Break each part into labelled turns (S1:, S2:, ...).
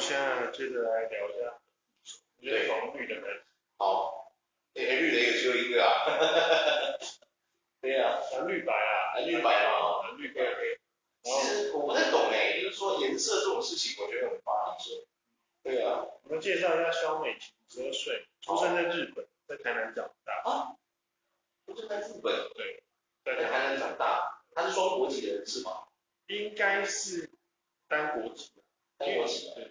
S1: 现在接着来聊一下这种绿的人。
S2: 好，哎、绿的也只有一个啊，
S1: 对呀、啊，绿白啊，
S2: 啊绿白嘛，
S1: 啊绿白。然
S2: 其
S1: 后
S2: 实我不太懂哎、就是说颜色这种事情，我觉得很发说。对啊，
S1: 我们介绍一下肖美琴，十二岁，出生在日本，在台南长大，
S2: 不是在日本，
S1: 在
S2: 在
S1: 台
S2: 台
S1: 南
S2: 南长大，他是双国籍的人是吗？
S1: 应该是单国籍，
S2: 单国籍的，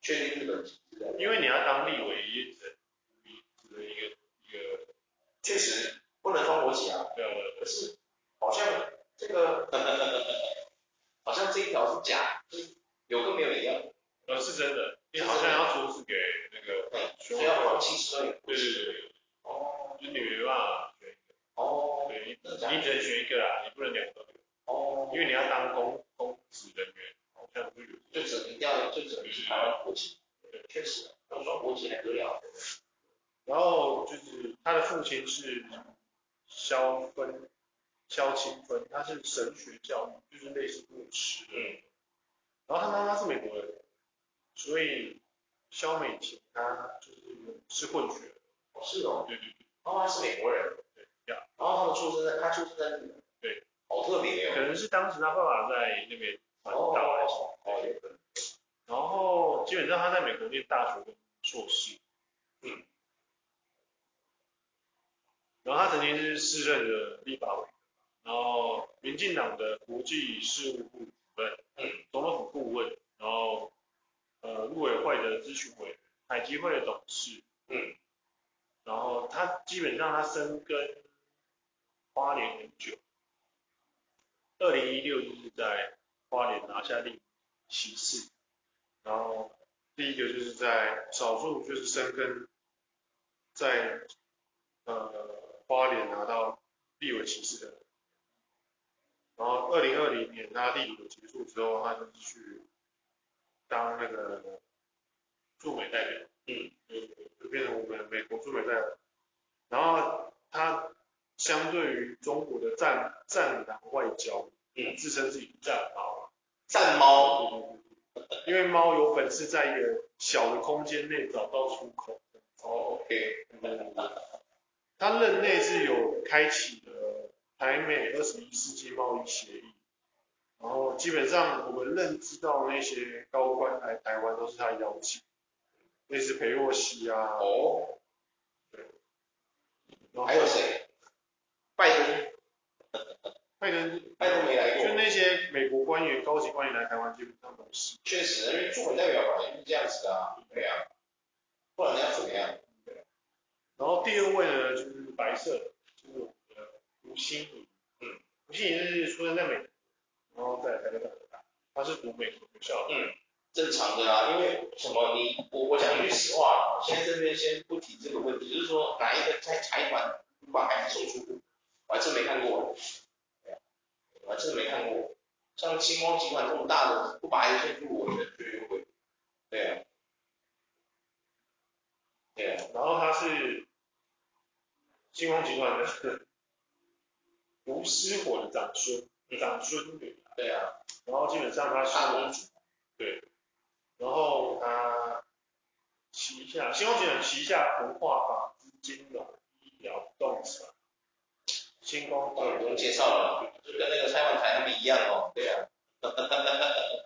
S2: 确定日本籍的。
S1: 因为你要当立委也只能一个一个
S2: 确实不能双国籍啊，
S1: 呃，
S2: 可是好像这个 好像这一条是假，就是有跟没有一样，
S1: 呃是真的，你好像要出示给那个，
S2: 所以要换七十二。
S1: 对对对，
S2: 哦
S1: 就你没办法选，
S2: 哦
S1: 对，你你只能选一个啦，你不能两个，
S2: 哦，
S1: 因为你要当公公职人员，好像会有
S2: 就只能一定要就只能是台湾国籍，确实啊要双国籍还得了？啊
S1: 然后就是他的父亲是萧芬，萧清芬，他是神学教育，就是类似牧师的。
S2: 嗯
S1: 然后他妈妈是美国人，所以萧美琴她就是是混血，
S2: 哦是哦，
S1: 对对对
S2: 妈妈是美国人，
S1: 对，这样
S2: 然后他们出生在他出生在日本，
S1: 对，
S2: 好特别
S1: 可
S2: 哦。
S1: 能是当时他爸爸在那边传
S2: 哦
S1: 道还是什么。
S2: 哦，有可能。
S1: 然后基本上他在美国念大学跟硕士，
S2: 嗯，
S1: 然后他曾经是市任的立法委员，然后民进党的国际事务部主任，
S2: 嗯，
S1: 总统府顾问，然后呃陆委会的咨询委员，海基会的董事，
S2: 嗯，
S1: 然后他基本上他深耕花莲很久，二零一六就是在花莲拿下立席次。然后第一个就是在少数就是深耕在呃花莲拿到立委骑士的人，然后二零二零年他立委结束之后，他就是去当那个驻美代表，
S2: 嗯，
S1: 就变成我们美国驻美代表，然后他相对于中国的战战狼外交，
S2: 嗯
S1: 自称自己战狼。
S2: 战猫，
S1: 猫，因为猫有本事在一个小的空间内找到出口。
S2: 哦，OK，
S1: 他任内是有开启了台美二十一世纪贸易协议，然后基本上我们认知到那些高官来台湾都是他邀请，类似裴洛西啊，
S2: 哦，
S1: 然后
S2: 还有谁？拜登，
S1: 拜登，
S2: 拜登没来
S1: 就
S2: 过，
S1: 那些美国官员、高级官员来台湾基本上都是。
S2: 确实，因为中文代表本来就是这样子的啊，对啊，不然你要怎么样？
S1: 然后第二位呢就是白色的，就是我们的呃吴欣怡，
S2: 嗯，
S1: 吴欣怡是出生在美国，然后在台北长大，她是读美国学校的，
S2: 嗯正常的啊，因为什么你我我讲句实话啊，我现在这边先不提这个问题，就是说哪一个财财团把孩子送出国，我还真没看过，对啊我还真没看过，像星光集团这么大的不把孩子送出国，我觉得绝对会，对啊，对啊，
S1: 然后她是星光集团的呃吴思火的长孙，长孙女，
S2: 对啊，
S1: 然后基本上她是呃
S2: 大公主，
S1: 然后他旗下星光集团旗下文化、纺织、金融、医疗、不动产、呃星光呃
S2: 那我不用介绍了，就跟那个拆万台他们一样哦，对啊，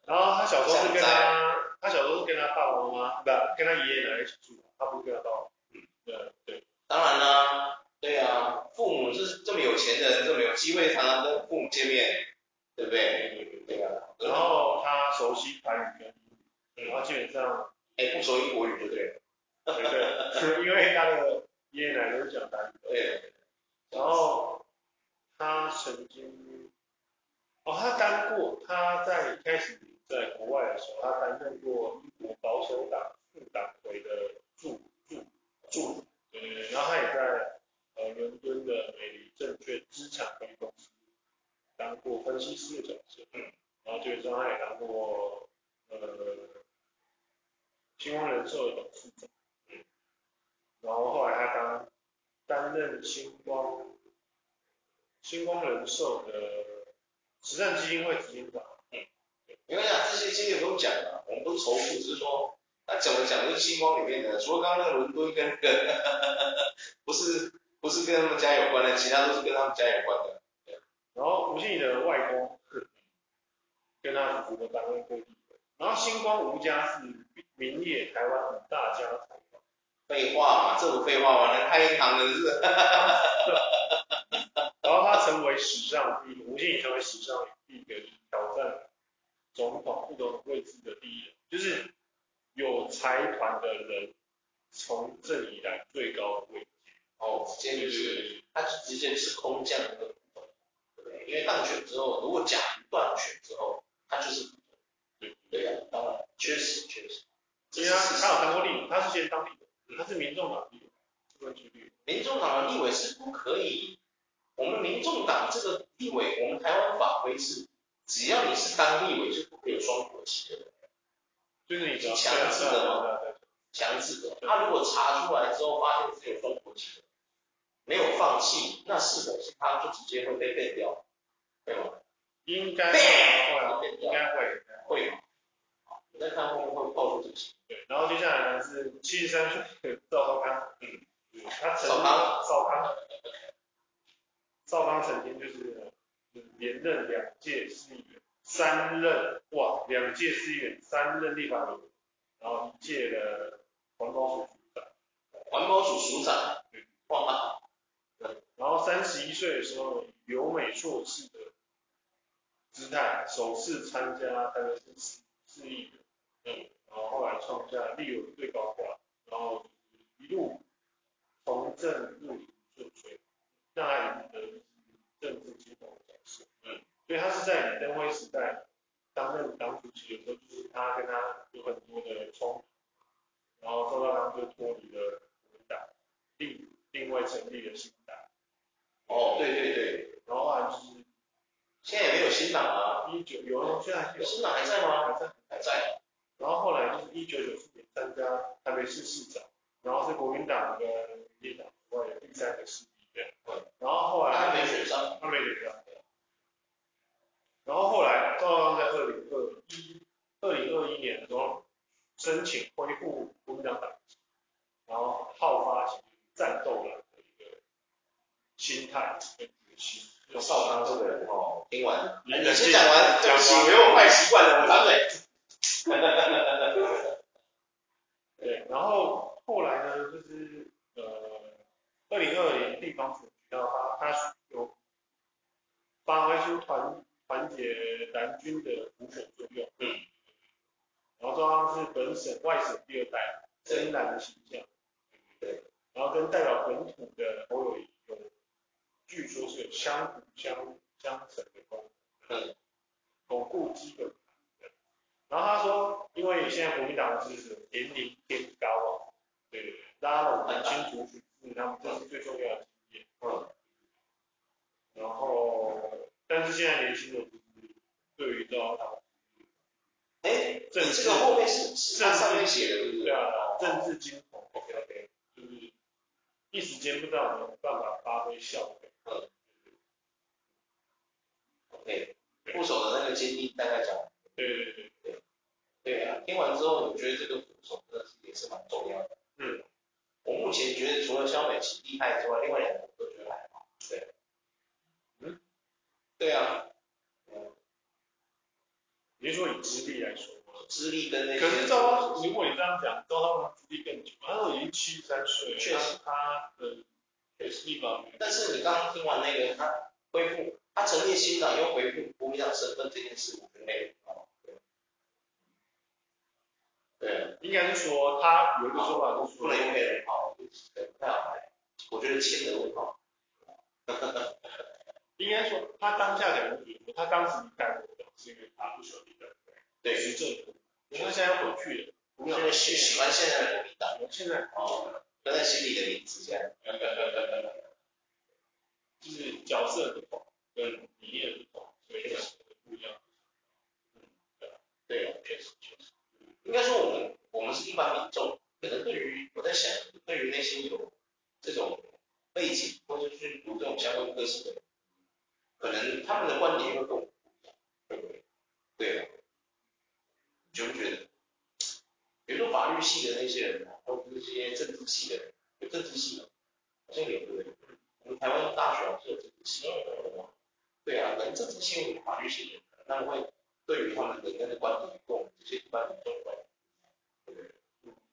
S1: 然后他小时候是跟他，他小时候是跟他爸爸妈妈，不，跟他爷爷奶奶一起住，他不是跟他爸爸。嗯，对对。
S2: 当然啦、对啊，父母是这么有钱的人，这么有机会，常常跟父母见面，对不对？对啊，然
S1: 然
S2: 后
S1: 后他熟悉台语跟英语，
S2: 嗯
S1: 然后基本上，
S2: 哎，不熟英国语就对了，
S1: 对对，因为他的爷爷奶奶都讲台语。
S2: 对，
S1: 然后他曾经，哦，他当过，他在一开始在国外的时候，他担任过英国保守党副党魁的助助助，对对对，然后他也在呃伦敦的美林证券资产管理公司当过分析师的角色，
S2: 嗯，
S1: 然后基本上他也当过呃星光人寿的董事长，
S2: 嗯，
S1: 然后后来他当担任星光星光人寿的慈善基金会执行长。
S2: 没关系啊，这些经历不用讲了，我们都熟仇富，只是说那怎么讲，就是星光里面的，除了刚刚那个伦敦跟 那个不是不是跟他们家有关的，其他都是跟他们家有关的。
S1: 然后吴信颖的外公是跟他祖父都担任过地位，然后星光吴家是名列台湾五大家族，
S2: 废话嘛，这不废话嘛，能开一堂的是
S1: 然后他成为史上第一，吴信颖成为史上第一个挑战总统、副总统位置的第一人，就是有财团的人从政以来最高的位置。
S2: 哦，这就是他是直接是空降的那个部分，对不对？因为当选之后，如果假如断选之后，他就是部分
S1: 对
S2: 对啊，当然确实确实，
S1: 因为他啊他有当过立委，他是先当立委，他是民众党立委，这个几率
S2: 民众党的立委是不可以，我们民众党这个立委，我们台湾法规是，只要你是当立委就不可以有双国籍的，
S1: 就是你啊
S2: 是强制的吗
S1: 嘛。
S2: 强制的。他如果查出来之后发现是有双国籍的，没有放弃，那是否是他就直接会被废掉？对吗？
S1: 应该会，啊
S2: 变
S1: 应
S2: 掉
S1: 该会。
S2: 会吗？好我在看会不会爆出这些。
S1: 对，然后接下来呢是七十三岁的赵少康，嗯，他曾
S2: 少康
S1: 少康，赵康曾经就是连任两届市议员，三任哇，两届市议员，三任立法委员，然后一届的环保署署长，
S2: 环保署署长，哇，
S1: 然后三十一岁的时候，以留美硕士的姿态，首次参加台北市市市议员，嗯，然后后来创下立委最高化，然后一路从政入理顺遂，让他赢得政治金融角色，嗯，所以他是在李登辉时代担任党主席的时候，就是他跟他有很多的冲突，然后周到康就脱离了国民党，另另外成立了新党。
S2: 哦，对对对，
S1: 然后啊，就是
S2: 现在也没有新党啊，
S1: 一九有人虽然还是有，
S2: 新党还在吗？
S1: 还在
S2: 还在，
S1: 然后后来就是一九九四年参加台北市市长，然后是国民党跟民进党以外的第三个市议员
S2: 嗯，
S1: 然后后
S2: 他
S1: 来
S2: 还没选上。
S1: 他没选上。然后后来赵少康在二零二一二零二一年的时候申请恢复国民党党籍，然后好发起战斗了的一个心态跟决心。
S2: 少康这个人哦，听完，
S1: 你
S2: 你先讲完，对
S1: 讲
S2: 不起，
S1: 完
S2: 我有坏习惯了，我张嘴。
S1: 对，然后后来呢，就是呃，二零二零地方选举要发，他有发挥出团团结蓝军的普选作用。
S2: 嗯。
S1: 然后庄康是本省外省第二代，深蓝的形象。
S2: 对。
S1: 然后跟代表本土的侯友谊有，据说是有相辅相相成的功能。
S2: 嗯。
S1: 巩固基本盘。然后他说，因为现在国民党的支持年龄偏高啊，对对对，拉拢年轻族群是他们这是最重要的经验。
S2: 嗯，
S1: 然后，但是现在年轻人就是对于到
S2: 哎，你这个后面是是他上面写的，对不
S1: 对
S2: 对？
S1: 啊政治金融，
S2: OK OK，
S1: 就是一时间不知道有没有办法发挥效果。
S2: OK，副手的那个经历大概讲完，
S1: 对对对，
S2: 对啊，听完之后，你觉得这个副手真的是也是蛮重要的。
S1: 嗯，
S2: 我目前觉得除了肖美琪厉害之外，另外两个我都觉得还好。对，
S1: 嗯，
S2: 对啊，
S1: 你是说以资历来说吗？
S2: 资历跟那些，
S1: 可是赵方，如果你这样讲，赵方的资历更久，他都已经七十三岁了，
S2: 确实
S1: 他的也是立法委员
S2: 但是你刚刚听完那个，他恢复，他成立新党又恢复国民党身份这件事，我觉得没有很好。对，
S1: 应该是说他有一个说法就是
S2: 不
S1: 说
S2: 能用黑人炮，对不太好。我觉得欠的问号。
S1: 应该说他当下讲的就是说他当时离开国民党是因为他不喜欢立党，
S2: 对，
S1: 执政国民党，因为他现在回去了，国民
S2: 就
S1: 党
S2: 是喜喜欢现在的国民党，
S1: 现在
S2: 哦，跟在心里的名字这样。
S1: 就是角色不同，跟理念不同，所以讲的不一样。
S2: 对，确实确实。应该说我们我们是一般民众，可能对于我在想，对于那些有这种背景或者去读这种相关科系的人，可能他们的观点会跟我们不一样，对不对？对啊，你觉不觉得？法律系的那些人啊，或者是一些政治系的人，有政治系的，好像有对不对？我们台湾大学好像是有政治系的，对啊，能政治系有法律系的人，那会对于他们的那个观点跟我们这些一般民众观点，对不对？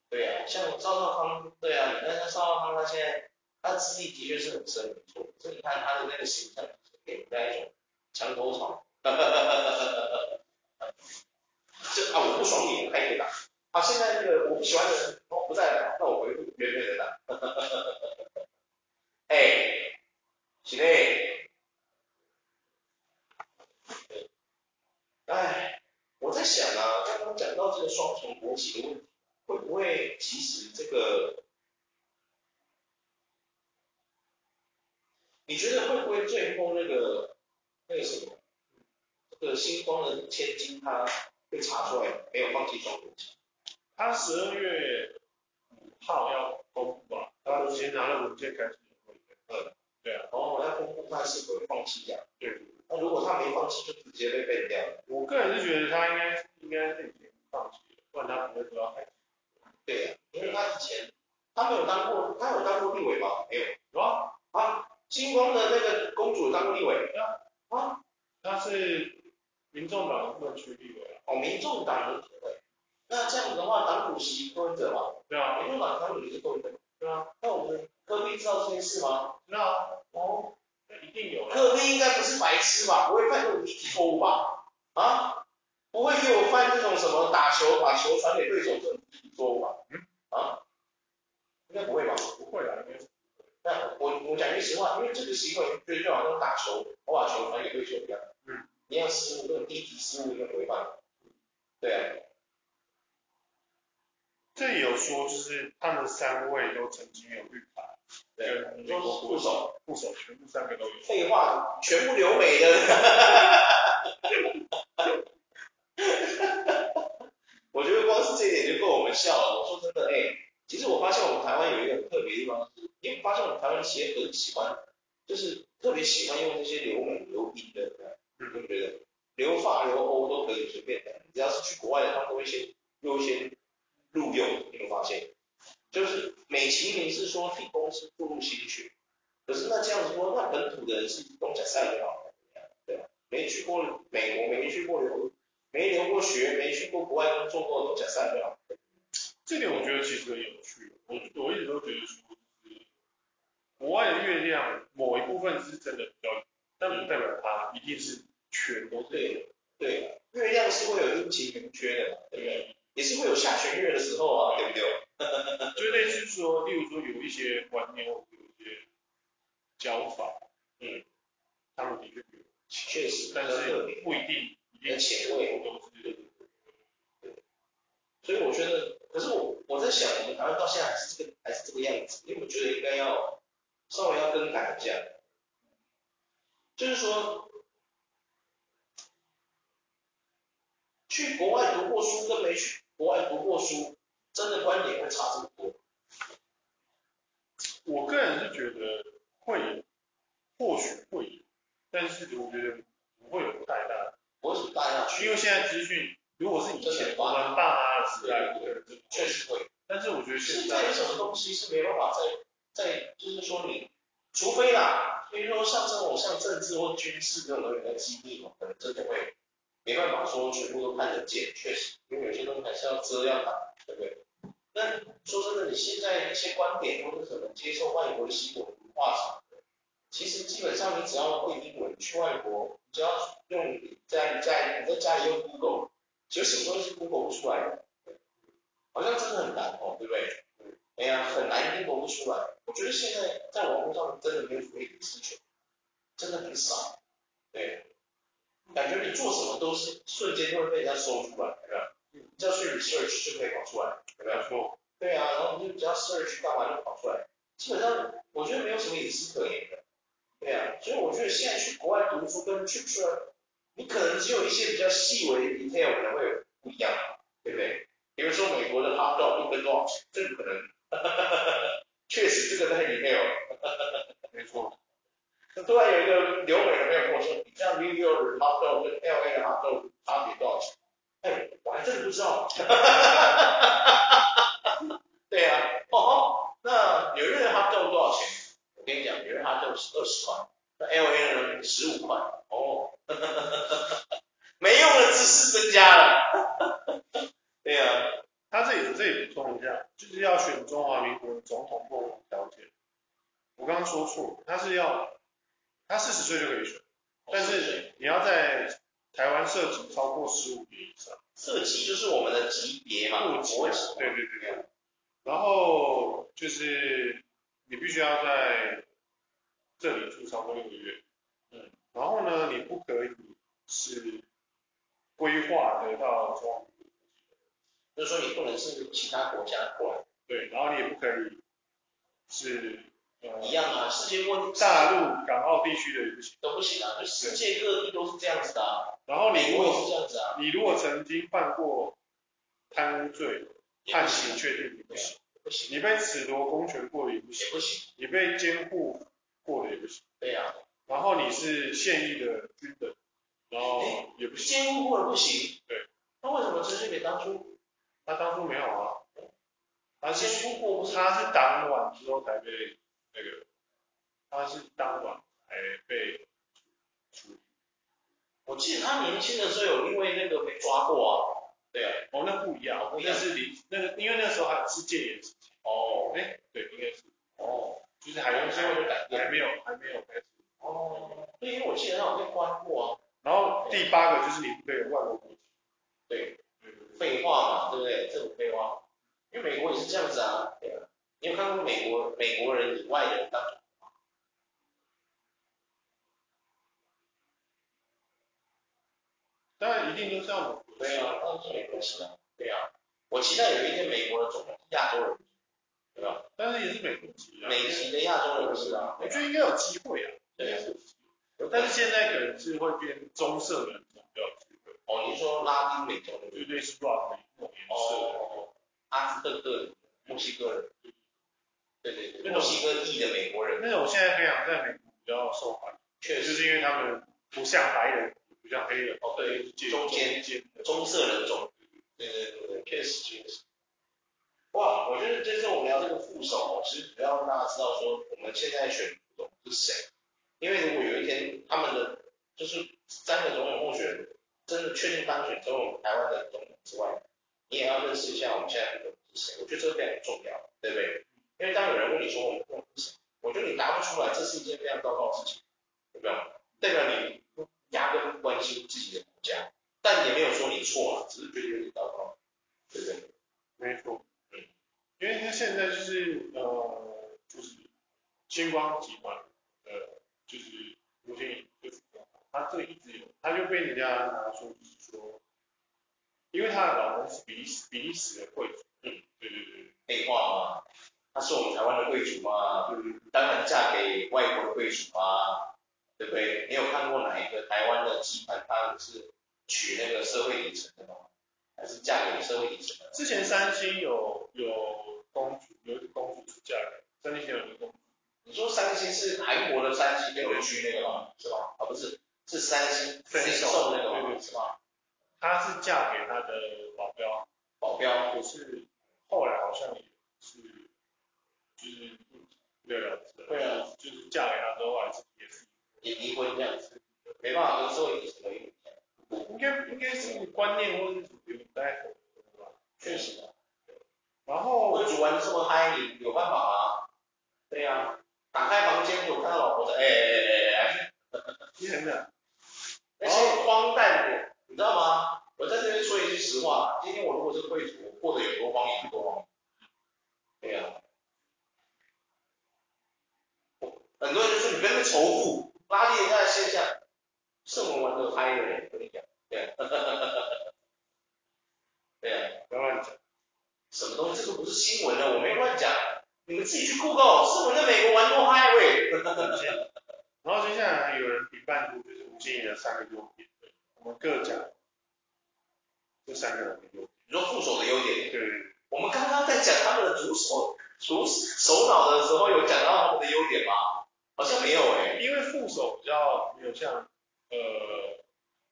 S2: 对啊，像赵少康，对啊，你看像赵少康他现在他资历的确是很深，没错，可是你看他的那个形象，就是给人家一种墙头草， 这啊我不爽你，我还可以打。啊，现在那个我不喜欢的人，哦不在了，那我回复远远的打。 哎，行嘞。哎，我在想啊，刚刚讲到这个双重国籍的问题，会不会其实这个，你觉得会不会最后那个那个什么，这个星光的千金他被查出来没有放弃双国籍？
S1: 他十二月五号要公布吧，他都先拿了文件开始会的。嗯，对啊，
S2: 然后我要公布他是否放弃掉。
S1: 对，
S2: 那如果他没放弃，就直接被废掉了。
S1: 我个人是觉得他应该应该是已经放弃了，不然他不会说要开。
S2: 对啊呀、因为他以前他没有当过，他有当过立委吗？没有。有啊啊！星光的那个公主当过立委啊
S1: 他是民众党的部分区立委啊，
S2: 哦，民众党的立委。那这样的话，党主席柯文哲嘛，
S1: 对啊，
S2: 民众党党主席是柯文哲。
S1: 对啊，
S2: 那我们柯宾知道这件事吗？
S1: 那哦，那一定有啦。
S2: 柯宾应该不是白痴吧？不会犯这种低级错误吧？啊？不会给我犯这种什么打球把球传给对手这种低级错误吧？啊？应该不会吧？
S1: 不会啦，应该是
S2: 那我我讲句实话，因为这个行为就就好像打球，我把球传给对手一样，
S1: 嗯，
S2: 一样失误，那种低级失误一个回犯，对啊，
S1: 这里有说就是他们三位都曾经有绿卡，
S2: 对啊，
S1: 跟
S2: 你
S1: 美
S2: 说
S1: 国国手、
S2: 是副手，
S1: 副手全部三个都有。
S2: 废话，全部留美的， 我觉得光是这一点就够我们笑了。我说真的，哎、其实我发现我们台湾有一个很特别的地方，就是你会发现我们台湾企业很喜欢，就是特别喜欢用那些留美留英的，你会觉得留法留欧都可以随便的，只要是去国外的，他们都会先优先录用。你有没有发现？就是美其名是说替公司注入心血，可是那这样子说，那本土的人是东甲赛就好了，对吧？没去过美国，没去过留，没留过学，没去过国外工作过，东甲赛就好了。
S1: 这点我觉得其实很有趣，我我一直都觉得说，就是国外的月亮某一部分是真的比较圆，但不代表它一定是全都是圆。
S2: 对，啊月亮是会有阴晴圆缺的嘛，对不对？也是会有下弦月的时候啊，对不对？
S1: 就类似说，例如说有一些观念或者有一些教法，
S2: 嗯，
S1: 他们的确有，
S2: 确实，
S1: 但
S2: 特
S1: 是
S2: 别
S1: 不一定一定
S2: 前卫
S1: 都是
S2: 所以我觉得，可是我我在想，我们台湾到现在还是这个还是这个样子，因为我觉得应该要稍微要更改一下，就是说，去国外读过书跟没去国外读过书，真的观点会差这么多。
S1: 我个人是觉得会有，或许会有，但是我觉得不会有太大的
S2: 我什么大家
S1: 因
S2: 去？
S1: 为现在资讯，如果是以前我们爸妈的时代，对对
S2: 确实会。
S1: 但是我觉得现
S2: 现
S1: 在
S2: 在有什么东西是没办法再再就是说你，除非啦，比如说像这种像政治或军事这种东西的机密嘛，可能真的会没办法说全部都看得见，确实，因为有些东西还是要遮要挡，对不对？那说真的，你现在一些观点或者什么接受外国的西文化什么的，其实基本上你只要会英文，去外国，你只要用你在你在你在家里用 Google，其实什么东西 Google 不出来的，好像真的很难哦，对不对？哎呀，很难英国不出来。我觉得现在在网络上真的没有所谓的自权，真的很少。对，感觉你做什么都是瞬间就会被人家搜出来，对吧？你只要去 research 就可以跑出来，有没有？
S1: 错，
S2: 对啊，然后你就只要 search 干嘛就跑出来，基本上我觉得没有什么隐私可言的。对啊，所以我觉得现在去国外读书跟去不出来，你可能只有一些比较细微的 detail 可能会有不一样，对不对？比如说美国的 hot dog 一根多少钱，这个可能 确实这个在 detail。
S1: 没错，
S2: 突然有一个留美人没有跟我说，你这样 New York 的 hot dog 跟 LA 的 hot dog 差别多少钱？哎，我还真的不知道。啊哦
S1: 等
S2: 啊
S1: 一下，就是要选中华民国总统候补条件。我刚刚说错，他是要他四十岁就可以选，
S2: 哦
S1: 但是你要在台湾涉及超过十五年以上。
S2: 社级就是我们的级别嘛，
S1: 户
S2: 啊国
S1: 籍
S2: 籍，
S1: 对对对对。然后就是你必须要在这里住超过六个月。
S2: 嗯。
S1: 然后呢，你不可以是规划得到中华民国
S2: 就是说你不能是其他国家过来，
S1: 对，然后你也不可以是呃
S2: 一样啊，世界问题
S1: 大陆、港澳地区的也不行。
S2: 都不行啊，就世界各地都是这样子的啊，
S1: 然后你
S2: 美
S1: 如
S2: 国也
S1: 果
S2: 是这样子啊，
S1: 你如果曾经犯过贪污罪，
S2: 也不
S1: 判刑
S2: 行，
S1: 确定也不行，
S2: 不行，
S1: 你被褫夺公权过的也不行
S2: 也，不行，
S1: 你被监护过的也不行。
S2: 对啊，
S1: 然后你是现役的军人，然后也不行。
S2: 监护过了不行，
S1: 对，
S2: 那为什么陈水扁当初
S1: 他当初没有啊，他是
S2: 监护过不是
S1: 他是当晚之后才被那个，他是当晚才被处理。
S2: 我记得他年轻的时候有因为那个被抓过啊。对啊。
S1: 哦，那不一样，
S2: 不一
S1: 那
S2: 样
S1: 是离那个，因为那时候还是戒严时期。
S2: 哦。
S1: 哎，对，应该是，
S2: 哦。
S1: 就是还有
S2: 那时候就改变
S1: 还没有还没有开始。
S2: 哦。对，因为我记得他有被关过啊。
S1: 然后第八个就是你不可以有外国国籍。
S2: 对。
S1: 对对对
S2: 废话嘛，对不对？这种废话。因为美国也是这样子啊。对啊。你有看过美国美国人以外的人当总统吗？
S1: 当然一定都是要美国
S2: 对啊，当然是美国人啊。对啊。我期待有一天美国的总统是亚洲人，对吧？
S1: 但是也是美国籍啊。
S2: 美籍的亚洲人是啊。
S1: 我觉得应该有机会啊。
S2: 对啊。
S1: 但是现在可能是会变棕色的人种比较有机会，
S2: 哦，你是说拉丁美洲那
S1: 就
S2: 边？
S1: 类似 rock 那种颜色，
S2: 哦，阿兹特克人、墨西哥人，对对对，
S1: 那
S2: 墨
S1: 种
S2: 西哥裔的美国人，
S1: 那种现在非常在美国比较受欢迎，
S2: 确
S1: 就
S2: 实
S1: 是因为他们不像白人，不像黑人，
S2: 哦，对，中间
S1: 间的
S2: 棕色人种，对对对对，确实确实。哇，我觉得这次我们聊这个副手，其实主要让大家知道说，我们现在选副手是谁，因为如果有一天他们的就是三个总统候选人真的确定当选之后，我们台湾的总统之外，你也要认识一下我们现在的总统是谁，我觉得这个非常重要，对不对？因为当有人问你说我们总统是谁，我觉得你答不出来，这是一件非常糟糕的事情，有没有？代表你压根不关心自己的国家，但也没有说你错了，啊只是觉得有点糟糕，对不对？
S1: 没错，因为他现在就是呃，就是星光集团呃，就是吴天颖，就是他这一直有，他就被人家拿出就是说，因为他的老公是比利时比利时的贵族，嗯，对对对
S2: 废话嘛，他是我们台湾的贵族嘛，
S1: 对对对，
S2: 当然嫁给外国的贵族嘛，对不对？你有看过哪一个台湾的集团他们是娶那个社会底层的吗？还是嫁给社会底层的？
S1: 之前三星有有公主，有一个公主出嫁给三星有一个公主。
S2: 你说三星是韩国的三星六人区那个吗？是吧？啊，不是，是三星
S1: 神
S2: 神
S1: 兽
S2: 兽那个
S1: 对
S2: 吗？
S1: 对
S2: 是吧？
S1: 她是嫁给她的保镖，
S2: 保镖
S1: 可是啊哎后来好像也是就是不了了之了，
S2: 对啊，
S1: 就是嫁给他之后后来自己也是，
S2: 也离婚这样子，没办法跟社会底层的有
S1: 应该应该是观念或者是主流不太合吧。
S2: 确实的。
S1: 然
S2: 啊我
S1: 后
S2: 主玩这么嗨，你有办法吗？对呀、打开房间有看到老婆的，哎哎哎哎哎，
S1: 其实呢，
S2: 那些荒诞的，你知道吗？我在这边说一句实话，今天我如果是贵族，我过得有多荒淫多荒淫。对呀、我很多人就说你不要被仇富，拉低人家的现象，是我们玩的嗨的人，我跟你讲，对、 啊，对呀、
S1: 不要乱讲，
S2: 什么东西？这个不是新闻的，我没乱讲，你们自己去 Google，是我们在美国玩多嗨喂。
S1: 冷静。然后接下来有人评判出就是吴建宇的三个优点，我们各讲这三个人的优
S2: 你说副手的优点，
S1: 点。对，
S2: 我们刚刚在讲他们的主手、主首脑的时候，有讲到他们的优点吗？好像没有诶、
S1: 因为副手比较没有像呃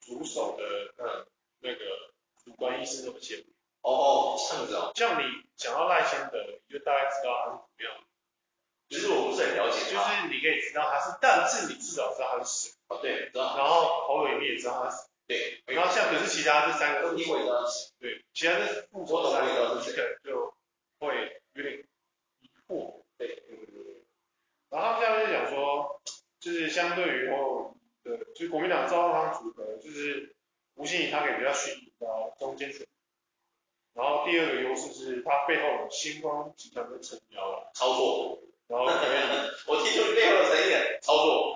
S1: 主手的
S2: 嗯，
S1: 那个主观意识那么鲜明。
S2: 哦，这样子哦。
S1: 像你讲到赖清德，你就大概知道他是怎么样，
S2: 其实我不是很了解
S1: 就
S2: 他。
S1: 是你可以知道他是，但是你至少知道他是谁。
S2: 哦，对，知道。
S1: 然后侯友宜你也知道他是谁，
S2: 对，
S1: 然后像可是其他这三个
S2: 问
S1: 副
S2: 题我也
S1: 手，
S2: 知道是谁。
S1: 对，其他这副手
S2: 我懂
S1: 三
S2: 我也知道
S1: 个
S2: 是
S1: 你
S2: 谁
S1: 可能就第二个优势是它背后有星光集团的撑腰了，
S2: 操作，
S1: 然后可以
S2: 我听出背后的声音了，操作，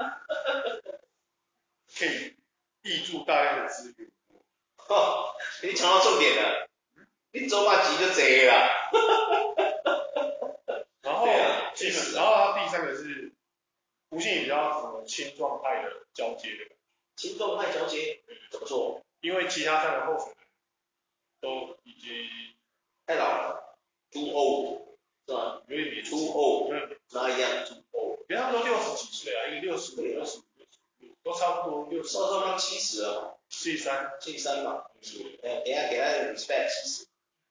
S1: 可以挹注大量的资源。
S2: 哦，你讲到重点了，你走马几就贼了，
S1: 然后
S2: 对啊
S1: 基
S2: 确
S1: 本，
S2: 实
S1: 然后它第三个是吴信也比较符合轻状态的交接的感觉，
S2: 轻重派交接怎么做？
S1: 因为其他三个候选人都已经
S2: 太哎老了，too old 是吧
S1: 有点年
S2: ？too
S1: 出，
S2: old，
S1: 嗯，
S2: 那一样 too old，
S1: 因为他们都六十几岁啊，一个六十五、六十五、六十五，都差不多六十
S2: 少少刚七十了。
S1: 七三，
S2: 进三嘛，呃，等一下给他 respect 其实，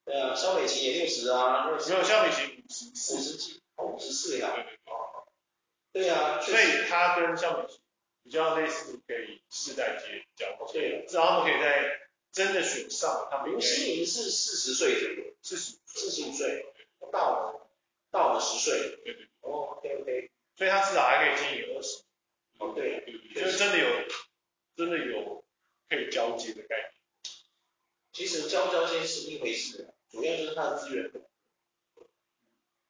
S2: 对啊，肖美琴也六十啊，二十
S1: 没有像以前五十
S2: 四
S1: 四，
S2: 十几，五十四呀，
S1: 对对对
S2: 对啊，确
S1: 所
S2: 实，
S1: 以他跟项美比较类似，可以世代接比较，
S2: 对
S1: 至少他们可以在真的选上，他们应
S2: 刘
S1: 该
S2: 心莹是四十岁左右，
S1: 是属于
S2: 四十五岁，到了，到了十岁，
S1: 对对，
S2: 哦，OK OK，
S1: 所以他至少还可以经营二十，
S2: 哦对，
S1: 就是真的有真的有可以交接的概念。
S2: 其实交不交接是一回事，啊主要就是他的资源，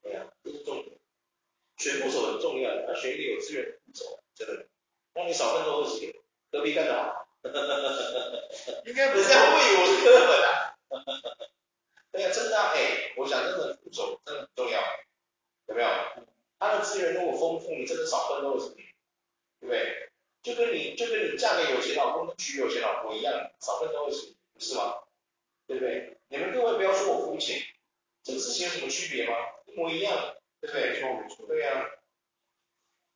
S2: 对啊，这是重点，选副手很重要的，要选一个有资源的副手，真的，让你少奋斗二十年，隔壁干得好。
S1: 应该
S2: 不是在喂我是科本啊。 对啊，真的啊哎、我想真的助手真的很重要，有没有？他的资源如果丰富，你真的少奋斗十年，对不对？就跟你就跟你嫁给有钱老公娶有钱老婆一样，少奋斗二十年，不是吗？对不对？你们各位不要说我肤浅，这个事情有什么区别吗？一模一样，对不
S1: 没
S2: 对？
S1: 错没错。
S2: 对啊呀、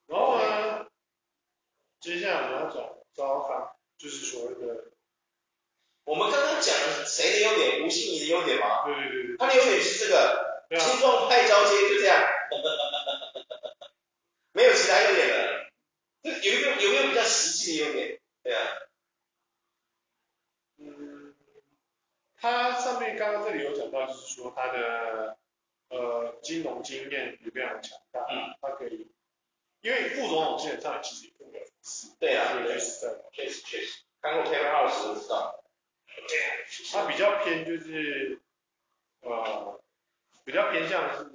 S1: 然后呢，接下来我们要讲招商，就是所谓的
S2: 我们刚刚讲了谁的优点？吴心怡的优点吗？
S1: 对对对对
S2: 他的优点是这个，
S1: 对啊，
S2: 轻重派交接就这样， 没有其他优点了。这有没有有没有比较实际的优点？对啊，
S1: 嗯，他上面刚刚这里有讲到，就是说他的呃金融经验也非常强大，
S2: 嗯，
S1: 他可以，因为副总统基本上其实也不了
S2: 对啊，
S1: 对，
S2: 对
S1: 就，是在
S2: 确实确实，看过《p a p e House》我知道。
S1: 他比较偏就是呃比较偏向是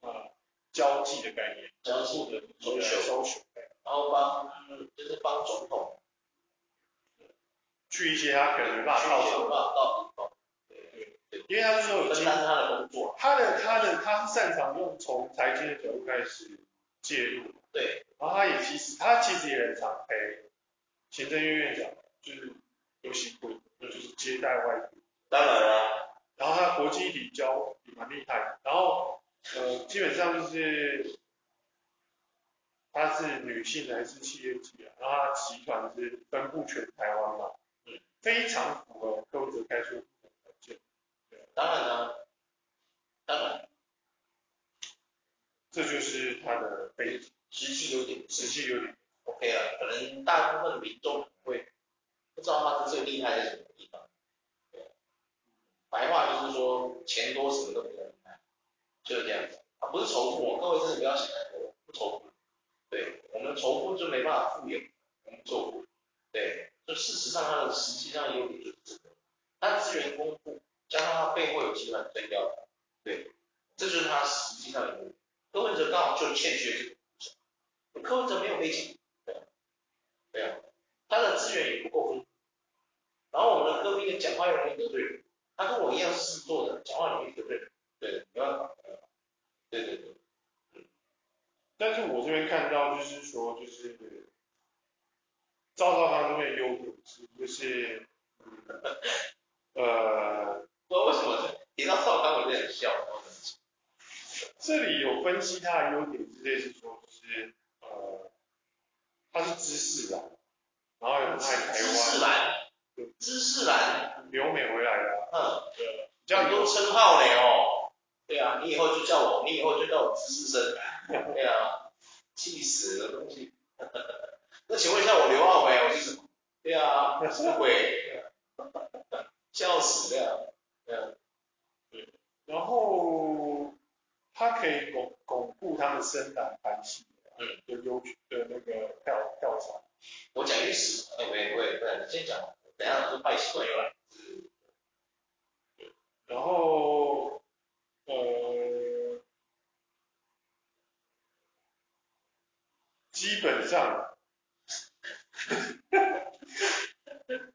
S1: 呃交际的概念，
S2: 交际
S1: 或者
S2: 中
S1: 是
S2: 秀
S1: 搜寻
S2: 然后帮就是帮总统
S1: 去一些他可能没办法到手的，
S2: 到到到，对，
S1: 因为他是说有
S2: 分
S1: 经
S2: 担他的工作，
S1: 他的他的他是擅长用从财经的角度开始介入，
S2: 对，
S1: 然后他也其实他其实也很常哎陪行政院院长就是游行会，就是接待外部，
S2: 当然啊了，
S1: 然后他国际体交也蛮厉害的，然后呃基本上就是他是女性还是企业级啊，然后他集团是分布全台湾嘛，
S2: 嗯，
S1: 非常符合柯哲开出的条件，
S2: 当然了，当然，
S1: 这就是他的背景，
S2: 实际优点
S1: 实际有点。
S2: OK 了，可能大部分民众会不知道他是最厉害在什么地方。对白话就是说钱多什么都比较厉害，就是这样子。啊，不是仇富哦，各位真的不要想太多，不仇富。对我们仇富就没办法富有，我们做富。对，就事实上他的实际上优点就是这个，他资源丰富，加上他背后有集团推掉，对，这就是他实际上的优点。柯文哲刚好就欠缺这个部分，柯文哲没有背景。对啊，他的资源也不够丰富。然后我们的歌迷讲话又容易得罪人，他跟我一样是狮子座的，讲话容易得罪人。对，没办法。没办法对对对，
S1: 但是我这边看到就是说，就是赵少康这边的优点是，就是嗯呃，
S2: 不知道为什么提到少康我就很笑。
S1: 这里有分析他的优点之类是说，就是呃，他是知识啊，然后也很爱
S2: 知识
S1: 台
S2: 男，知识男，
S1: 湾，留美回来的啊，
S2: 嗯，
S1: 对，比较
S2: 很
S1: 有
S2: 多称号嘞哦。对啊，你以后就叫我，你以后就叫我知识生。对啊，气死了东西。那请问一下，我刘浩伟我是什么？对啊，什么鬼？笑死了。对啊。
S1: 然后他可以巩巩固他们深蓝派系的
S2: 嗯
S1: 的优的那个票票仓。
S2: 我讲历史，哎，我也我也不然你先讲，等一下我们拜习惯又来。
S1: 呃本上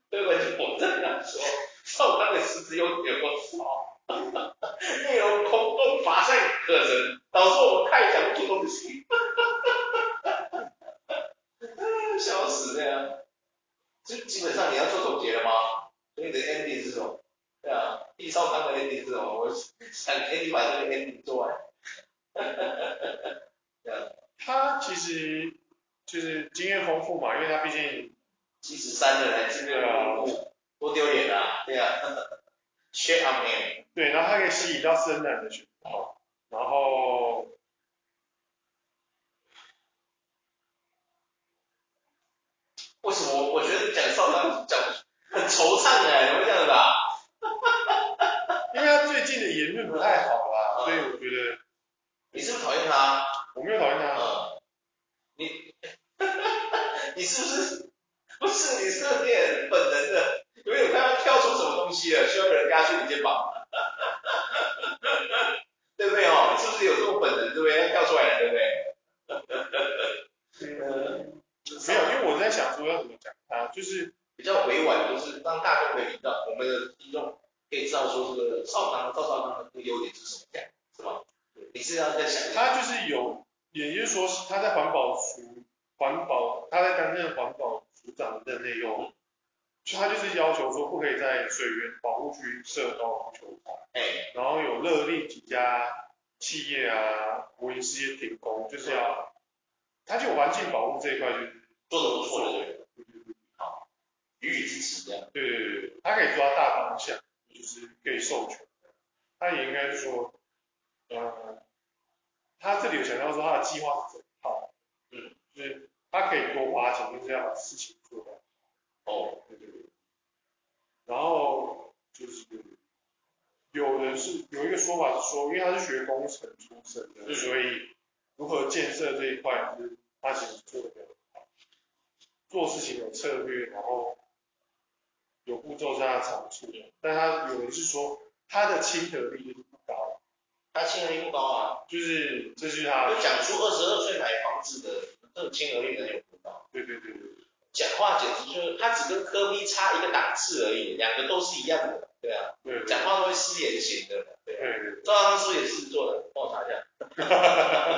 S2: 对不起，我这样说，受伤的实质有有多少？ 内容空洞乏善可陈，导致我们太讲不出东西。 笑死这样，就基本上你要做总结了吗？所以你的 ending 是什么？对啊，第上三个 ending 是什么？我想 ending 把这个 ending 做完。对啊，
S1: 他其实就是经验丰富嘛，因为他毕竟
S2: 七十三了还是没有人公布，多丢脸啊！对啊 s h a t on him。
S1: 对，然后他可以吸引到深蓝的选手，然后
S2: 为什么我我觉得讲少当讲很惆怅哎、怎么会这样子啊？
S1: 因为他最近的言论不太好啦，所以我觉得
S2: 你是不是讨厌他？
S1: 我没有讨厌他，
S2: 嗯，你 你是不是不是你是不是也本能的？因为我看他跳出什么东西了，需要有人压住你肩膀， 对不对哦？你是不是有这种本能，对不对？跳出来了，对不对？
S1: 嗯没有，因为我在想说要怎么讲他，就是
S2: 比较委婉，就是让大众可以知道，我们的听众可以知道说这个少当赵少当的这个优点是什么样，是吧？你是要在想一下，
S1: 他就是有，也就是说是他在环保署环保，他在担任环保署长的任内用，就他就是要求说不可以在水源保护区设高尔夫球场。
S2: 哎、
S1: 然后有勒令几家企业啊、国营事业停工，就是要，它就有环境保护这一块，就是
S2: 做的不错的，对好，予以支持这样。
S1: 对对对对，它可以抓大方向，就是可以授权。它也应该是说，呃，它这里有强调说它的计划是整套，
S2: 嗯，
S1: 就是它可以多花钱，就是要把事情做到。
S2: 哦，
S1: 对对对。然后就是有人是有一个说法是说，因为他是学工程出身的，
S2: 嗯
S1: 所以如何建设这一块，就是他其实做的做事情有策略，然后有步骤是他的长处。但他有人是说，他的亲和力就是不高，
S2: 他亲和力不高啊，
S1: 就是这是他
S2: 就讲出二十二岁买房子的这种亲和力真的有不高。
S1: 对对对对
S2: 讲话简直就是，他只跟科比差一个档次而已，两个都是一样的，对啊，
S1: 对对
S2: 讲话都会失言型的，对啊。
S1: 对对
S2: 赵大叔也是做的，帮我查一下。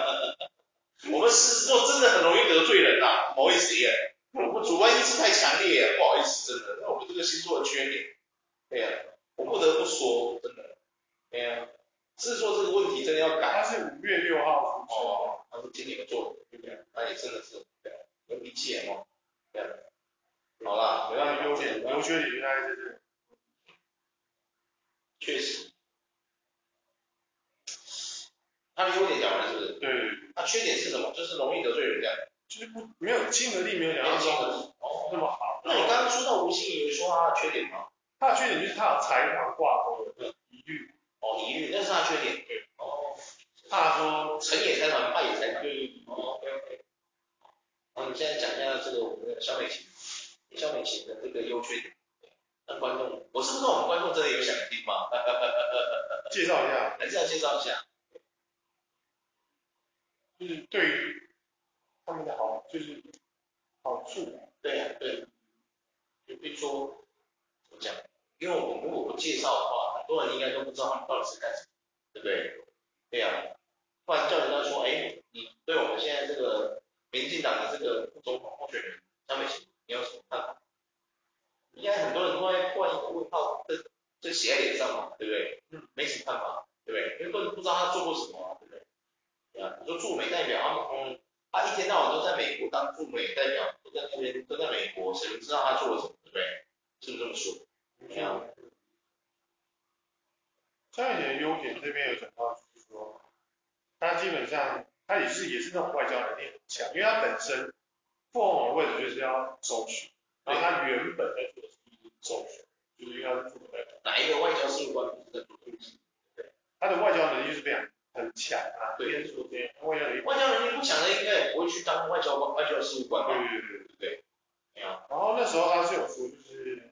S2: 我们狮子座真的很容易得罪人呐、不好意思耶，
S1: 哦
S2: 我们主观意识太强烈耶，不好意思，真的，那我们这个星座的缺点。对呀、我不得不说，真的，对呀、狮子座这个问题真的要改。
S1: 他啊是五月六号出生的。
S2: 哦，他是金牛座，对不对？那也真的是，对啊，有脾气眼哦，对啊。好啦，没办
S1: 那
S2: 法，
S1: 优点优缺点应该在这里。
S2: 确实。他的优点讲完了是不是？
S1: 对对，对
S2: 他缺点是什么？就是容易得罪人家。
S1: 就是不没有亲和力没有想象中的
S2: 哦，
S1: 那么好。
S2: 那你刚刚说到吴心怡，有说他的缺点吗？
S1: 他的缺点就是他有财产挂钩的疑虑，
S2: 哦，疑虑，那是他的缺点。对。哦，
S1: 怕说
S2: 成也财团，败也财团。
S1: 对
S2: 哦，OK OK。好，你现在讲一下这个我们的肖美琴，肖美琴的这个优缺点。那观众，我是不知道我们观众真的有想听吗？
S1: 介绍一下，
S2: 还是要介绍一下。
S1: 就是对于他们的好就是好处，啊
S2: 对啊呀、对、就比如说，怎么讲？因为我们如果不介绍的话，很多人应该都不知道他们到底是干什么，对不对？对啊呀、不然叫人家说，哎，你对我们现在这个民进党的这个副总统候选人张美琴，你有什么看法？应该很多人都会冠一个问号，这这写在脸上嘛，对不对？
S1: 嗯，
S2: 没什么看法，对不对？因为根本不知道他做过什么啊、对不对？对啊，你说驻美代表，他们嗯，他一天到晚都在美国当驻美代表，都在那边都在美国，谁知道他做了什么，对不对？是不是这么说？对啊
S1: 嗯张雨点的优点这边有讲到，就是说他基本上他也是也是那种外交能力很强，因为他本身凤凰位置就是要周旋，然后他原本在做的是周旋，就是因为他是副总代表，
S2: 哪一个外交事务官不是在做这个事？
S1: 他的外交能力是非常很强啊，
S2: 对
S1: 边说边外交能力
S2: 外交能力不强的，应该也不会去当外交官、外交事务官吧？啊
S1: 对对对。
S2: 没有，
S1: 然后那时候他是有说，就是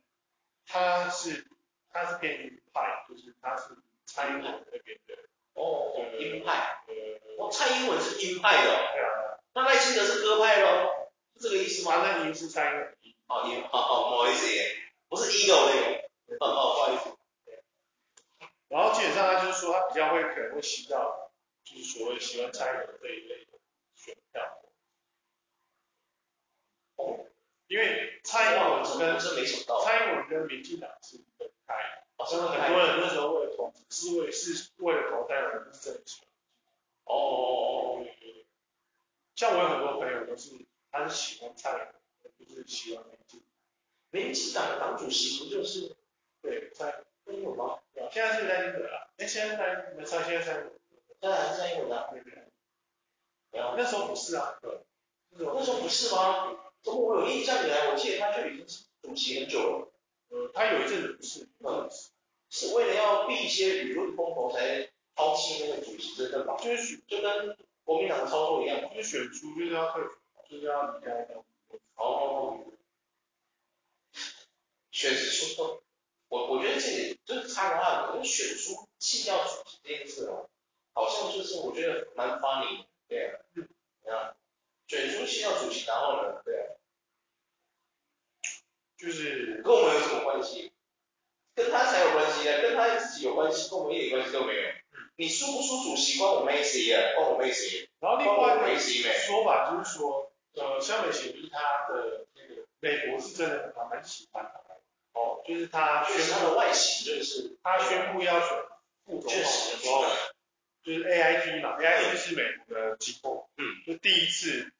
S1: 他是他是偏鹰派，就是他是蔡英文那边的，
S2: 哦，鹰派，
S1: 呃，
S2: 哦，蔡英文是鹰派的哦，
S1: 对啊，
S2: 那赖清德是鸽派咯。这个意思
S1: 华
S2: 吗？
S1: 那银是三个一，
S2: 哦，你哦哦，不好意思耶，不是 ego 那个，哦哦，不好意思，
S1: 然后基本上他就是说他比较会可能会吸到，就是所谓喜欢猜的这一类的选票。
S2: 哦，
S1: 因为蔡英文跟
S2: 真没想到，
S1: 蔡英文跟民进党是分开的，
S2: 哦，
S1: 真的很多人那时候为了投，是为是为了投单人是正确。
S2: 哦哦哦哦，
S1: 像我有很多朋友都是，他是喜欢蔡英文，就是喜欢民进党。
S2: 民进党的党主席不就是
S1: 对，蔡，
S2: 那个吗？
S1: 现在是在英国啊，哎，现在在英国，蔡现在在英国，
S2: 当啊然是在英文的，
S1: 对不对？
S2: 然后
S1: 那时候不是啊，对，
S2: 那时候不是吗？从我有印象以来，我记得他就已经是主席很久了，
S1: 呃，他有一阵子不是，
S2: 嗯是为了要避一些舆论风头才抛弃那个主席身份吧？
S1: 就是选
S2: 就跟国民党的操作一样嘛。
S1: 就是选出就是要退，就是要离开的。
S2: 哦，选书，我我觉得这里就是差个大，因为选书弃掉主题这件事哦，好像就是我觉得蛮 funny，对啊，啊，选书弃掉主题，然后呢，对啊，
S1: 就是
S2: 跟我们有什么关系？跟他才有关系啊，跟他自己有关系，跟我们一点关系都没有。你输不输主席关我妹事啊，关我妹事，
S1: 然后
S2: 关
S1: 另外
S2: 我
S1: 一
S2: 妹
S1: 个
S2: 事没？
S1: 说法就是说，呃，肖美琴她的那个美国是真的还蛮喜欢她的，哦，就是她
S2: 就是
S1: 宣
S2: 他的外形真的是，
S1: 她宣布要选副总统
S2: 确
S1: 的
S2: 实
S1: 时候，就是 AIT 嘛，AIT 是美国的机构，
S2: 嗯，
S1: 就第一次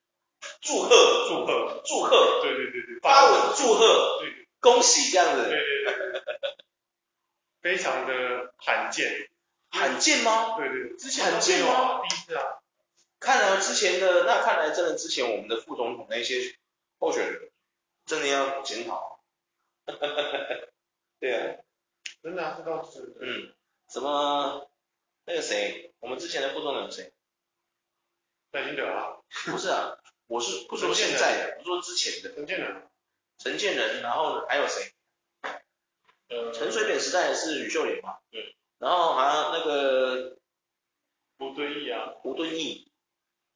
S2: 祝贺
S1: 祝贺，
S2: 祝贺。
S1: 对对对对，
S2: 发文祝贺，
S1: 对对
S2: 恭喜这样
S1: 对
S2: 子，
S1: 对对对，非常的罕见，
S2: 罕见吗？
S1: 对对，对之前都
S2: 罕见
S1: 没有啊
S2: 吗
S1: 第一次啊，
S2: 看来之前的那看来真的之前我们的副总统那些候选人真的要检讨。 对啊，
S1: 真的啊，这倒是真的，
S2: 嗯，什么那个谁，我们之前的副总统有谁？
S1: 赖清德啊，
S2: 不是啊，我是不说现在的，我说之前的
S1: 陈建仁，
S2: 陈建仁，然后还有谁？
S1: 呃，
S2: 陈水扁时代是吕秀莲嘛？
S1: 对。
S2: 然后好像那个
S1: 吴敦义啊，
S2: 吴敦义，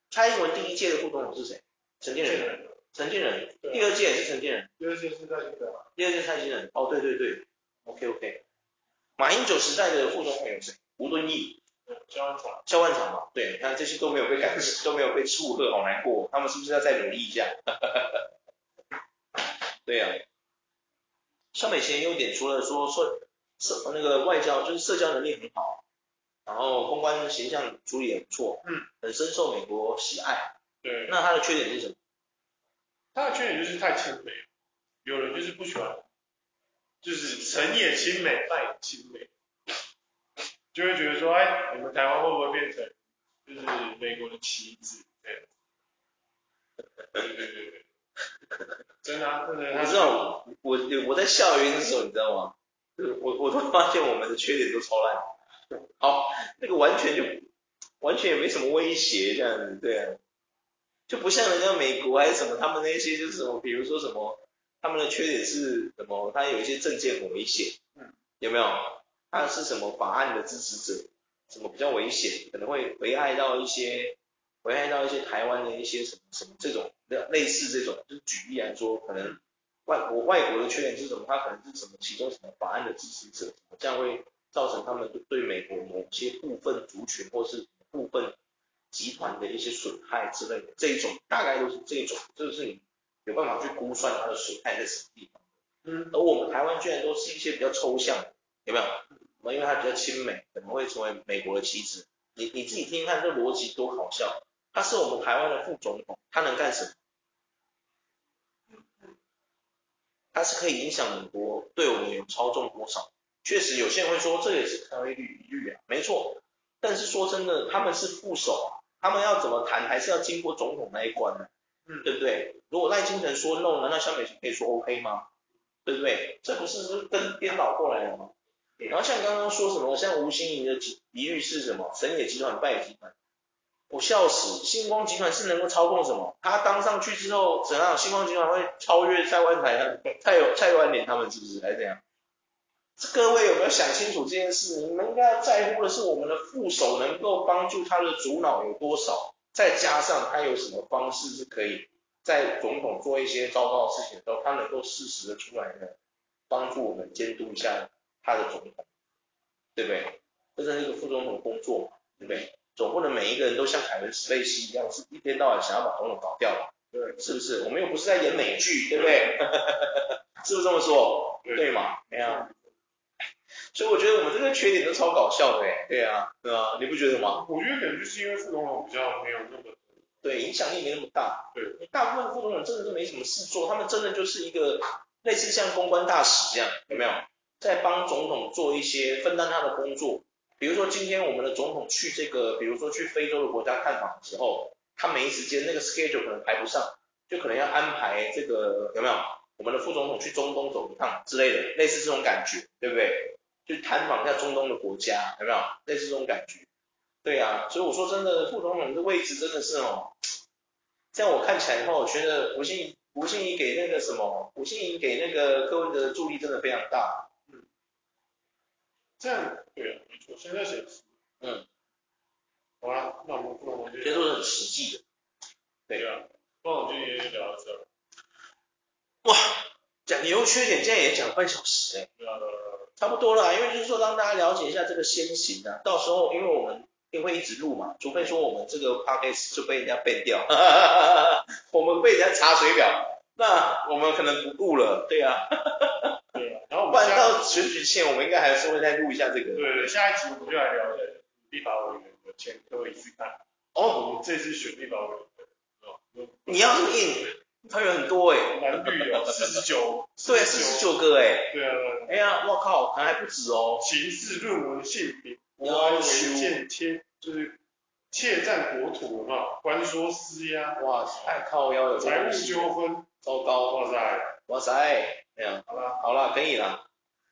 S2: 蔡英文第一届的副总统是谁？陈建
S1: 陈建
S2: 仁，
S1: 仁，
S2: 陈建仁，
S1: 对啊
S2: 第二届也是陈建仁。
S1: 第二届是赖清德啊，
S2: 第二届蔡英文，哦，对对对，OK OK。马英九时代的副总统有谁？吴敦义、
S1: 嗯萧万长，
S2: 萧万长嘛，对，你看这些都没有被感激，都没有被祝贺，好难过，他们是不是要再努力一下？ 对呀、啊，肖美琴的优点除了说说社那个外交就是社交能力很好，然后公关形象处理也不错，
S1: 嗯，
S2: 很深受美国喜爱。
S1: 对，
S2: 那她的缺点是什么？
S1: 他的缺点就是太亲美，有人就是不喜欢，就是成也亲美，败也亲美，就会觉得说，哎，你们台湾会不会变成就是美国的棋子这样？对对对对，真的、啊，真的，
S2: 你知道我我我在校园的时候，你知道吗？我我都发现我们的缺点都超烂，好，那个完全就完全也没什么威胁这样子，对啊，就不像人家美国还是什么，他们那些就是什么，比如说什么，他们的缺点是什么？他有一些证件很危险，
S1: 嗯，
S2: 有没有？他是什么法案的支持者，什么比较危险，可能会危害到一些危害到一些台湾的一些什么什么这种类似这种，就是举例来说，可能。外国外国的缺点是什么？他可能是什么其中什么法案的支持者，这样会造成他们对美国某些部分族群或是部分集团的一些损害之类的，这一种大概都是这一种，这就是你有办法去估算它的损害在什么地方。
S1: 嗯，
S2: 而我们台湾居然都是一些比较抽象的，有没有？我们因为它比较亲美，可能会成为美国的棋子。你你自己听听看，这逻辑多搞笑！他是我们台湾的副总统，他能干什么？它是可以影响很多，对我们有操纵多少？确实，有些人会说这也是可以捋一捋啊，没错。但是说真的，他们是副手啊，他们要怎么谈，还是要经过总统那一关呢、
S1: 嗯
S2: 对不对？如果赖清德说 no，难道萧美琴可以说 OK 吗？对不对？这不是跟颠倒过来了吗？然后像刚刚说什么，像吴欣怡的疑虑是什么？神野集团、败野集团，我笑死！星光集团是能够操控什么？他当上去之后，怎样？星光集团会超越蔡万才他们蔡有蔡万年他们是不是？还是怎样？这各位有没有想清楚这件事？你们应该要在乎的是我们的副手能够帮助他的主脑有多少，再加上他有什么方式是可以在总统做一些糟糕的事情的时候，他能够适时的出来呢，帮助我们监督一下他的总统，对不对？这是一个副总统的工作嘛，对不对？总不能每一个人都像凯文史贝西一样，是一天到晚想要把总统搞掉吧？
S1: 对，
S2: 是不是？我们又不是在演美剧，对不对？ 是不是这么说？
S1: 对
S2: 对嘛？哎呀，所以我觉得我们这个缺点都超搞笑的哎，对啊，对啊，你不觉得吗？
S1: 我觉得可能就是因为副总统比较没有那么
S2: 对，影响力没那么大。
S1: 对，
S2: 大部分副总统真的是没什么事做，他们真的就是一个类似像公关大使这样，有没有？在帮总统做一些分担他的工作。比如说今天我们的总统去这个，比如说去非洲的国家探访的时候，他没时间，那个 schedule 可能排不上，就可能要安排这个有没有？我们的副总统去中东走一趟之类的，类似这种感觉，对不对？去探访一下中东的国家，有没有？类似这种感觉。对啊，所以我说真的，副总统的位置真的是哦，在我看起来的话，我觉得吴欣怡吴欣怡给那个什么，吴欣怡给那个各位的助力真的非常大。
S1: 这样。对啊，没错，现在显示。
S2: 嗯。
S1: 好啦，那我们副总统就
S2: 觉得都是很实际的。
S1: 对啊，那我们今天就聊到这儿。
S2: 哇，讲你优缺点，现在也讲半小时哎、
S1: 对啊，对啊对啊
S2: 差不多啦，因为就是说让大家了解一下这个先行啊，到时候因为我们也会一直录嘛，除非说我们这个 podcast 就被人家 ban 掉， 我们被人家查水表，那我们可能不录了，对啊，
S1: 对啊。然后我
S2: 不
S1: 们下
S2: 然到选举前，我们应该还是会再录一下这个。
S1: 对对，下一集我们就来聊立法委员的前科一次看。
S2: 哦，
S1: 我这次选立法委员的，哦
S2: 你要这么硬，他有很多哎、
S1: 蓝绿有四十九，
S2: 对，四十，九个哎、
S1: 对啊，对啊
S2: 哎呀，我靠，可能还不止哦。
S1: 刑事论文性平，国安
S2: 要
S1: 违
S2: 求
S1: 建贴就是窃占国土有没有？官说私压，
S2: 哇，太靠腰了，这
S1: 财
S2: 东
S1: 务
S2: 西
S1: 纠纷，
S2: 糟糕，
S1: 哇塞，
S2: 哇塞，哎呀，
S1: 好啦，
S2: 好啦，可以啦，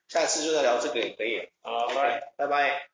S2: 下次就再聊这个也可以了，
S1: 好啦，拜。
S2: 拜拜。